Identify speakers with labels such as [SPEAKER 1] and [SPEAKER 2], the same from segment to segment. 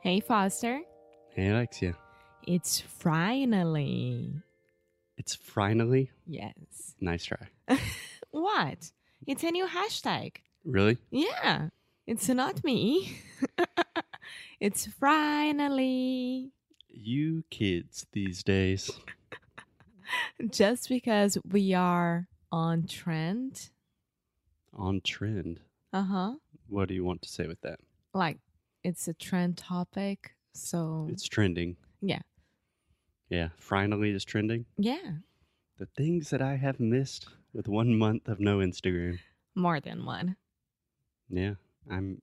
[SPEAKER 1] Hey, Foster.
[SPEAKER 2] Hey, Alexia.
[SPEAKER 1] It's finally.
[SPEAKER 2] It's finally.
[SPEAKER 1] Yes.
[SPEAKER 2] Nice try.
[SPEAKER 1] What? It's a new hashtag.
[SPEAKER 2] Really?
[SPEAKER 1] Yeah. It's not me. it's finally.
[SPEAKER 2] You kids these days.
[SPEAKER 1] Just because we are on trend.
[SPEAKER 2] On trend.
[SPEAKER 1] Uh huh.
[SPEAKER 2] What do you want to say with that?
[SPEAKER 1] Like, it's a trend topic. So,
[SPEAKER 2] It's trending.
[SPEAKER 1] Um, Yeah.
[SPEAKER 2] Yeah. Finally is trending.
[SPEAKER 1] yeah,
[SPEAKER 2] The things that I have missed with one month of no Instagram.
[SPEAKER 1] more than one.
[SPEAKER 2] Yeah. I'm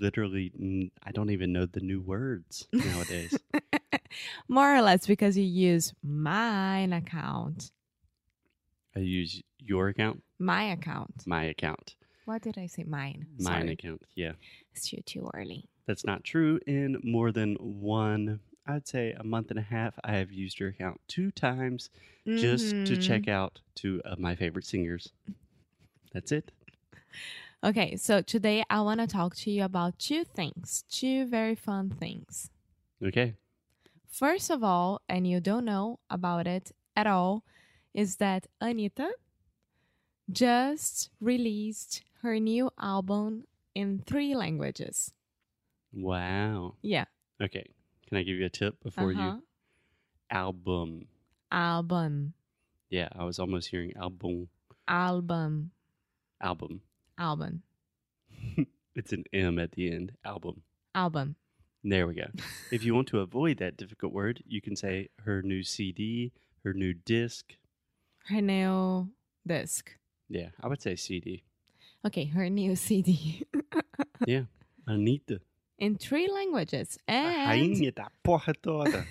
[SPEAKER 2] literally, n- I don't even know the new words nowadays.
[SPEAKER 1] More or less because you use mine account.
[SPEAKER 2] I use your account,
[SPEAKER 1] My account.
[SPEAKER 2] my account,
[SPEAKER 1] What did I say? Mine.
[SPEAKER 2] mine
[SPEAKER 1] Sorry.
[SPEAKER 2] account. Yeah.
[SPEAKER 1] It's too, too early.
[SPEAKER 2] That's not true. In more than one, I'd say a month and a half, I have used your account two times just to check out two of my favorite singers. That's it.
[SPEAKER 1] Mm-hmm. Okay, so today I want to talk to you about two things, two very fun things.
[SPEAKER 2] Okay.
[SPEAKER 1] First of all, and you don't know about it at all, is that Anita just released her new album in three languages.
[SPEAKER 2] Wow.
[SPEAKER 1] Yeah.
[SPEAKER 2] Okay. Can I give you a tip before
[SPEAKER 1] uh-huh.
[SPEAKER 2] you? Album.
[SPEAKER 1] Album,
[SPEAKER 2] Yeah, I was almost hearing album.
[SPEAKER 1] album,
[SPEAKER 2] Album.
[SPEAKER 1] album,
[SPEAKER 2] It's an M at the end. Album.
[SPEAKER 1] album.
[SPEAKER 2] There we go. if you want to avoid that difficult word, you can say her new CD, her new disc.
[SPEAKER 1] Her new disc.
[SPEAKER 2] Yeah, I would say CD.
[SPEAKER 1] Okay, her new CD
[SPEAKER 2] Anita.
[SPEAKER 1] in thy languages. And
[SPEAKER 2] Rainha da porra toda.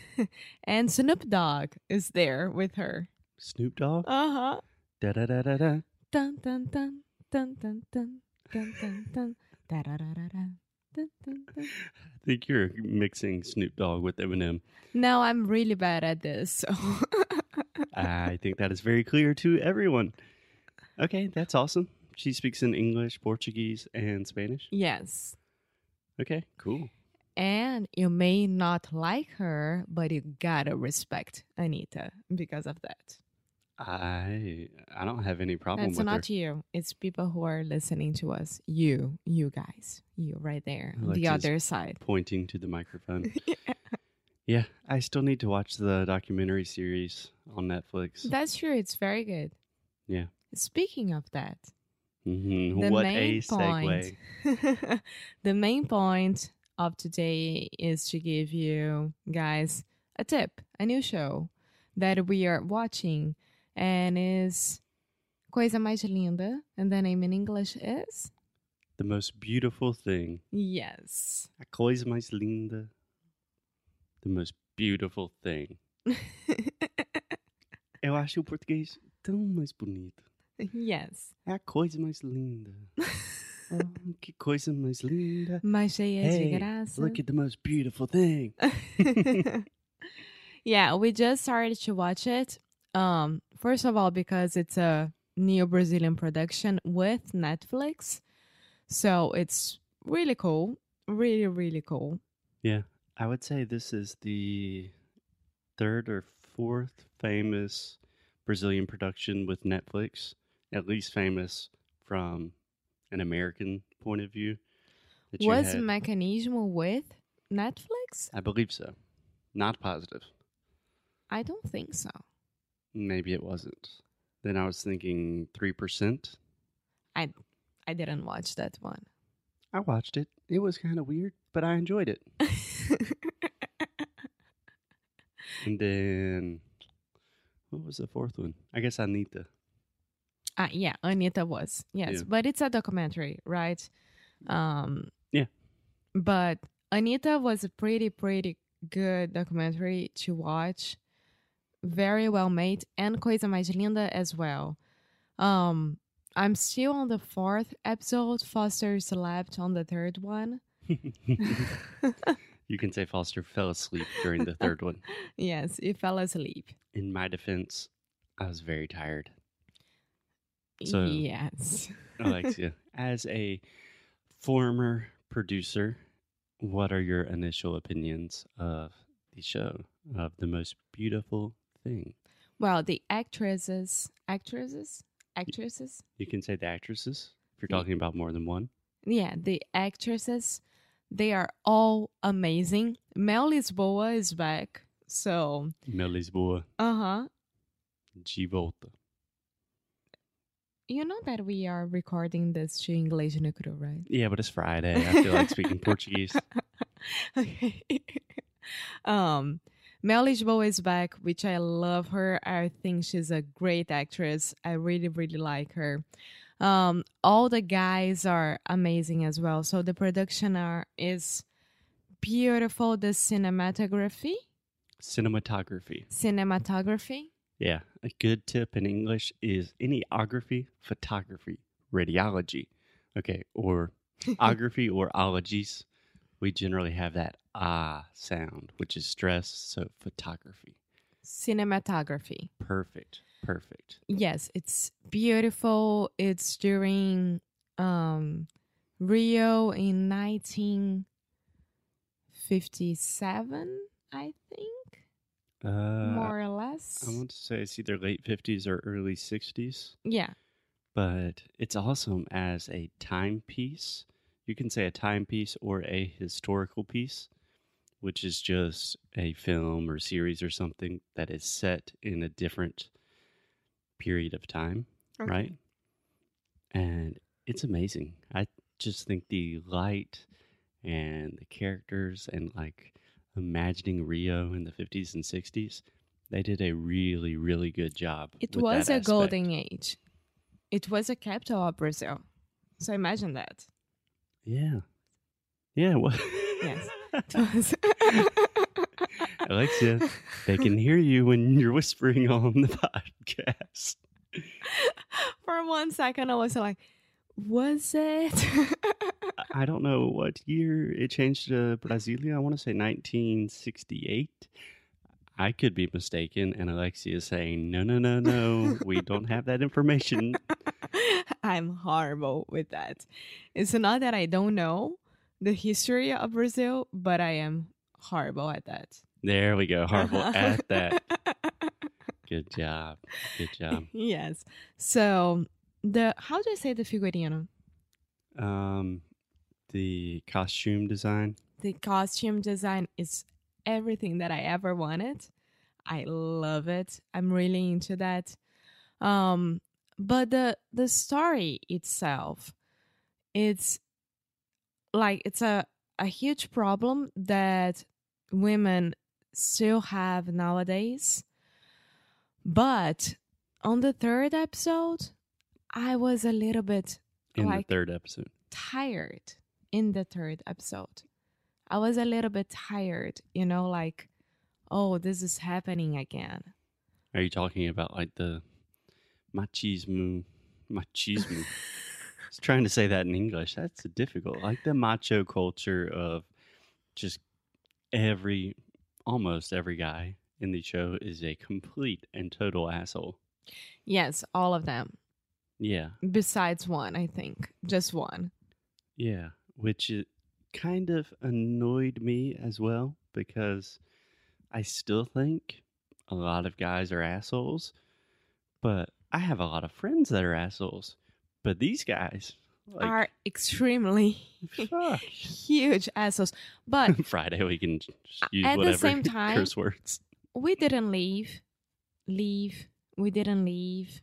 [SPEAKER 1] and Snoop Dogg is there with her.
[SPEAKER 2] Snoop Dogg.
[SPEAKER 1] Uh huh.
[SPEAKER 2] Da da da da da.
[SPEAKER 1] Dun dun dun dun dun dun dun dun dun da da da da da. Dun, dun, dun.
[SPEAKER 2] I think you're mixing Snoop Dogg with Eminem.
[SPEAKER 1] No, I'm really bad at this. So.
[SPEAKER 2] I think that is very clear to everyone. Okay, that's awesome. She speaks in English, Portuguese, and Spanish.
[SPEAKER 1] yes.
[SPEAKER 2] Okay, cool.
[SPEAKER 1] And you may not like her, but you gotta respect Anita because of that.
[SPEAKER 2] I I don't have any problem
[SPEAKER 1] That's
[SPEAKER 2] with
[SPEAKER 1] not you. It's people who are listening to us. You, you guys, you right there, on the
[SPEAKER 2] Alexis.
[SPEAKER 1] other side.
[SPEAKER 2] her pointing to the microphone. yeah, I still need to watch the documentary series on Netflix.
[SPEAKER 1] That's true. It's very good.
[SPEAKER 2] Yeah.
[SPEAKER 1] Speaking of that,
[SPEAKER 2] hmm
[SPEAKER 1] the
[SPEAKER 2] What a
[SPEAKER 1] main
[SPEAKER 2] segue.
[SPEAKER 1] point. the main point of today is to give you guys a tip, a new show that we are watching and is Coisa Mais Linda. And the name in English is?
[SPEAKER 2] The most beautiful thing
[SPEAKER 1] Yes.
[SPEAKER 2] A coisa mais linda. The most beautiful thing. Eu acho o português tão mais bonito.
[SPEAKER 1] yes.
[SPEAKER 2] É a coisa mais linda. Oh, que coisa mais linda.
[SPEAKER 1] Mais cheia de
[SPEAKER 2] Hey,
[SPEAKER 1] graça.
[SPEAKER 2] Look at the most beautiful thing.
[SPEAKER 1] yeah, we just started to watch it. Um, first of all, because it's a neo Brazilian production with Netflix. So it's really cool. Really, really cool.
[SPEAKER 2] I would say this is the third or fourth famous Brazilian production with Netflix, at least famous from an American point of view. that you
[SPEAKER 1] Was
[SPEAKER 2] had.
[SPEAKER 1] Mechanismo with Netflix?
[SPEAKER 2] I believe so. Not positive.
[SPEAKER 1] I don't think so.
[SPEAKER 2] Maybe it wasn't. Then I was thinking 3%.
[SPEAKER 1] I didn't watch that one.
[SPEAKER 2] I watched it. It was kind of weird, but I enjoyed it. And then, what was the fourth one? I guess Anita.
[SPEAKER 1] uh, yeah, Anita was. Yes,
[SPEAKER 2] Yeah.
[SPEAKER 1] but it's a documentary, right? Um
[SPEAKER 2] Yeah.
[SPEAKER 1] But Anita was a pretty pretty good documentary to watch. Very well made and Coisa Mais Linda as well. Um I'm still on the fourth episode. Foster slept on the third one.
[SPEAKER 2] you can say Foster fell asleep during the third one.
[SPEAKER 1] yes, he fell asleep.
[SPEAKER 2] In my defense, I was very tired. So-
[SPEAKER 1] yes.
[SPEAKER 2] Alexia, as a former producer, what are your initial opinions of the show of the most beautiful thing?
[SPEAKER 1] Well, the actresses, actresses, actresses.
[SPEAKER 2] You can say the actresses if you're
[SPEAKER 1] Ye-
[SPEAKER 2] talking about more than one.
[SPEAKER 1] Yeah, the actresses, they are all amazing. Mel Lisboa is back, so
[SPEAKER 2] Mel Lisboa,
[SPEAKER 1] uh huh.
[SPEAKER 2] de volta.
[SPEAKER 1] You know that we are recording this to English no cru, right?
[SPEAKER 2] Yeah, but it's Friday. I feel like speaking Portuguese.
[SPEAKER 1] okay. um, Mel Lisboa is back, which I love her. I think she's a great actress. I really, really like her. Um, all the guys are amazing as well. So the production are is beautiful. The cinematography,
[SPEAKER 2] Cinematography.
[SPEAKER 1] cinematography.
[SPEAKER 2] Yeah, a good tip in English is anyography, photography, radiology. Okay, or ography or ologies. We generally have that ah sound, which is stress. So photography.
[SPEAKER 1] cinematography.
[SPEAKER 2] Perfect. Perfect.
[SPEAKER 1] Yes, it's beautiful. It's during um, Rio in 1957, I think,
[SPEAKER 2] Uh,
[SPEAKER 1] more or less.
[SPEAKER 2] I want to say it's either late 50s or early 60s,
[SPEAKER 1] yeah,
[SPEAKER 2] but it's awesome as a timepiece. You can say a timepiece or a historical piece, which is just a film or series or something that is set in a different period of time,
[SPEAKER 1] Okay.
[SPEAKER 2] right? And it's amazing. I just think the light and the characters and like imagining Rio in the 50s and 60s, they did a really, really good job.
[SPEAKER 1] It
[SPEAKER 2] with
[SPEAKER 1] was a
[SPEAKER 2] that aspect.
[SPEAKER 1] golden age. It was a capital of Brazil. So imagine that.
[SPEAKER 2] Yeah. Yeah. Well,
[SPEAKER 1] Yes. It was-
[SPEAKER 2] Alexia, they can hear you when you're whispering on the podcast.
[SPEAKER 1] For one second, I was like, was it?
[SPEAKER 2] I- I don't know what year it changed to Brasilia. I want to say 1968. I could be mistaken. And Alexia is saying, no, no, no, no. we don't have that information.
[SPEAKER 1] I'm horrible with that. It's not that I don't know the history of Brazil, but I am horrible at that.
[SPEAKER 2] There we go. Horrible
[SPEAKER 1] Uh-huh.
[SPEAKER 2] at that. Um, Good job. Good job.
[SPEAKER 1] yes. So the how do I say the figurino?
[SPEAKER 2] Um, the costume design.
[SPEAKER 1] The costume design is everything that I ever wanted. I love it. I'm really into that. Um, but the the story itself, it's like it's a a huge problem that women still have nowadays. But on the third episode, I was a little bit
[SPEAKER 2] in
[SPEAKER 1] Like-
[SPEAKER 2] the third episode.
[SPEAKER 1] tired in the third episode. I was a little bit tired, you know, like, oh, this is happening again.
[SPEAKER 2] Are you talking about like the machismo? Machismo. I was trying to say that in English. That's difficult. Like the macho culture of just every, almost every guy in the show is a complete and total asshole.
[SPEAKER 1] Yes, all of them,
[SPEAKER 2] Yeah.
[SPEAKER 1] besides one, I think, just one.
[SPEAKER 2] Yeah, which it kind of annoyed me as well because I still think a lot of guys are assholes, but I have a lot of friends that are assholes. But these guys like,
[SPEAKER 1] Are extremely
[SPEAKER 2] fuck.
[SPEAKER 1] huge assholes. But
[SPEAKER 2] Friday we can j- just use
[SPEAKER 1] At the
[SPEAKER 2] whatever
[SPEAKER 1] same time-
[SPEAKER 2] curse words.
[SPEAKER 1] we didn't leave, leave, we didn't leave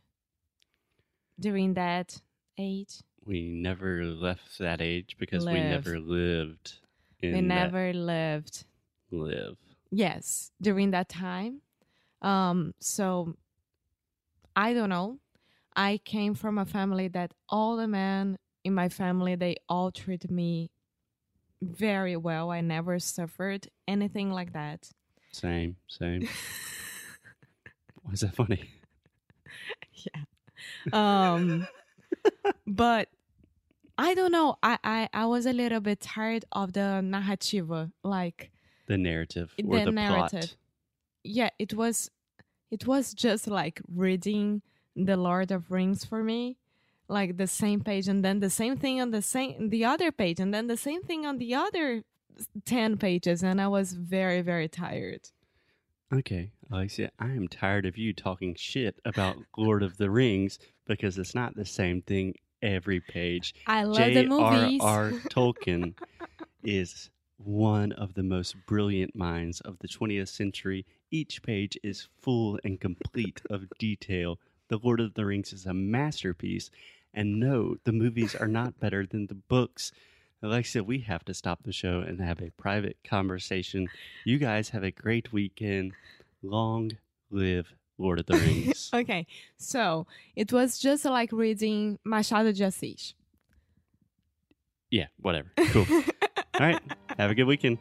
[SPEAKER 1] during that age.
[SPEAKER 2] We never left that age because we
[SPEAKER 1] Lived.
[SPEAKER 2] never lived in
[SPEAKER 1] we
[SPEAKER 2] that
[SPEAKER 1] never lived.
[SPEAKER 2] live.
[SPEAKER 1] Yes, during that time. Um, so I don't know. I came from a family that all the men in my family they all treated me very well. I never suffered anything like that.
[SPEAKER 2] Same, same. Why is that funny?
[SPEAKER 1] um but I don't know. I, I I was a little bit tired of the narrativa. Like
[SPEAKER 2] The narrative
[SPEAKER 1] The
[SPEAKER 2] or the plot.
[SPEAKER 1] narrative. yeah, it was it was just like reading the Lord of Rings for me, like the same page and then the same thing on the same the other page and then the same thing on the other 10 pages and I was very, very tired.
[SPEAKER 2] Okay, Alexia, I am tired of you talking shit about Lord of the Rings because it's not the same thing every page.
[SPEAKER 1] I love the movies.
[SPEAKER 2] J.R.R. Tolkien is one of the most brilliant minds of the 20th century. Each page is full and complete of detail. The Lord of the Rings is a masterpiece. And no, the movies are not better than the books. Alexia, we have to stop the show and have a private conversation. You guys have a great weekend. Long live Lord of the Rings.
[SPEAKER 1] Okay, so it was just like reading Machado de Assis.
[SPEAKER 2] yeah, whatever. Cool. All right. Have a good weekend.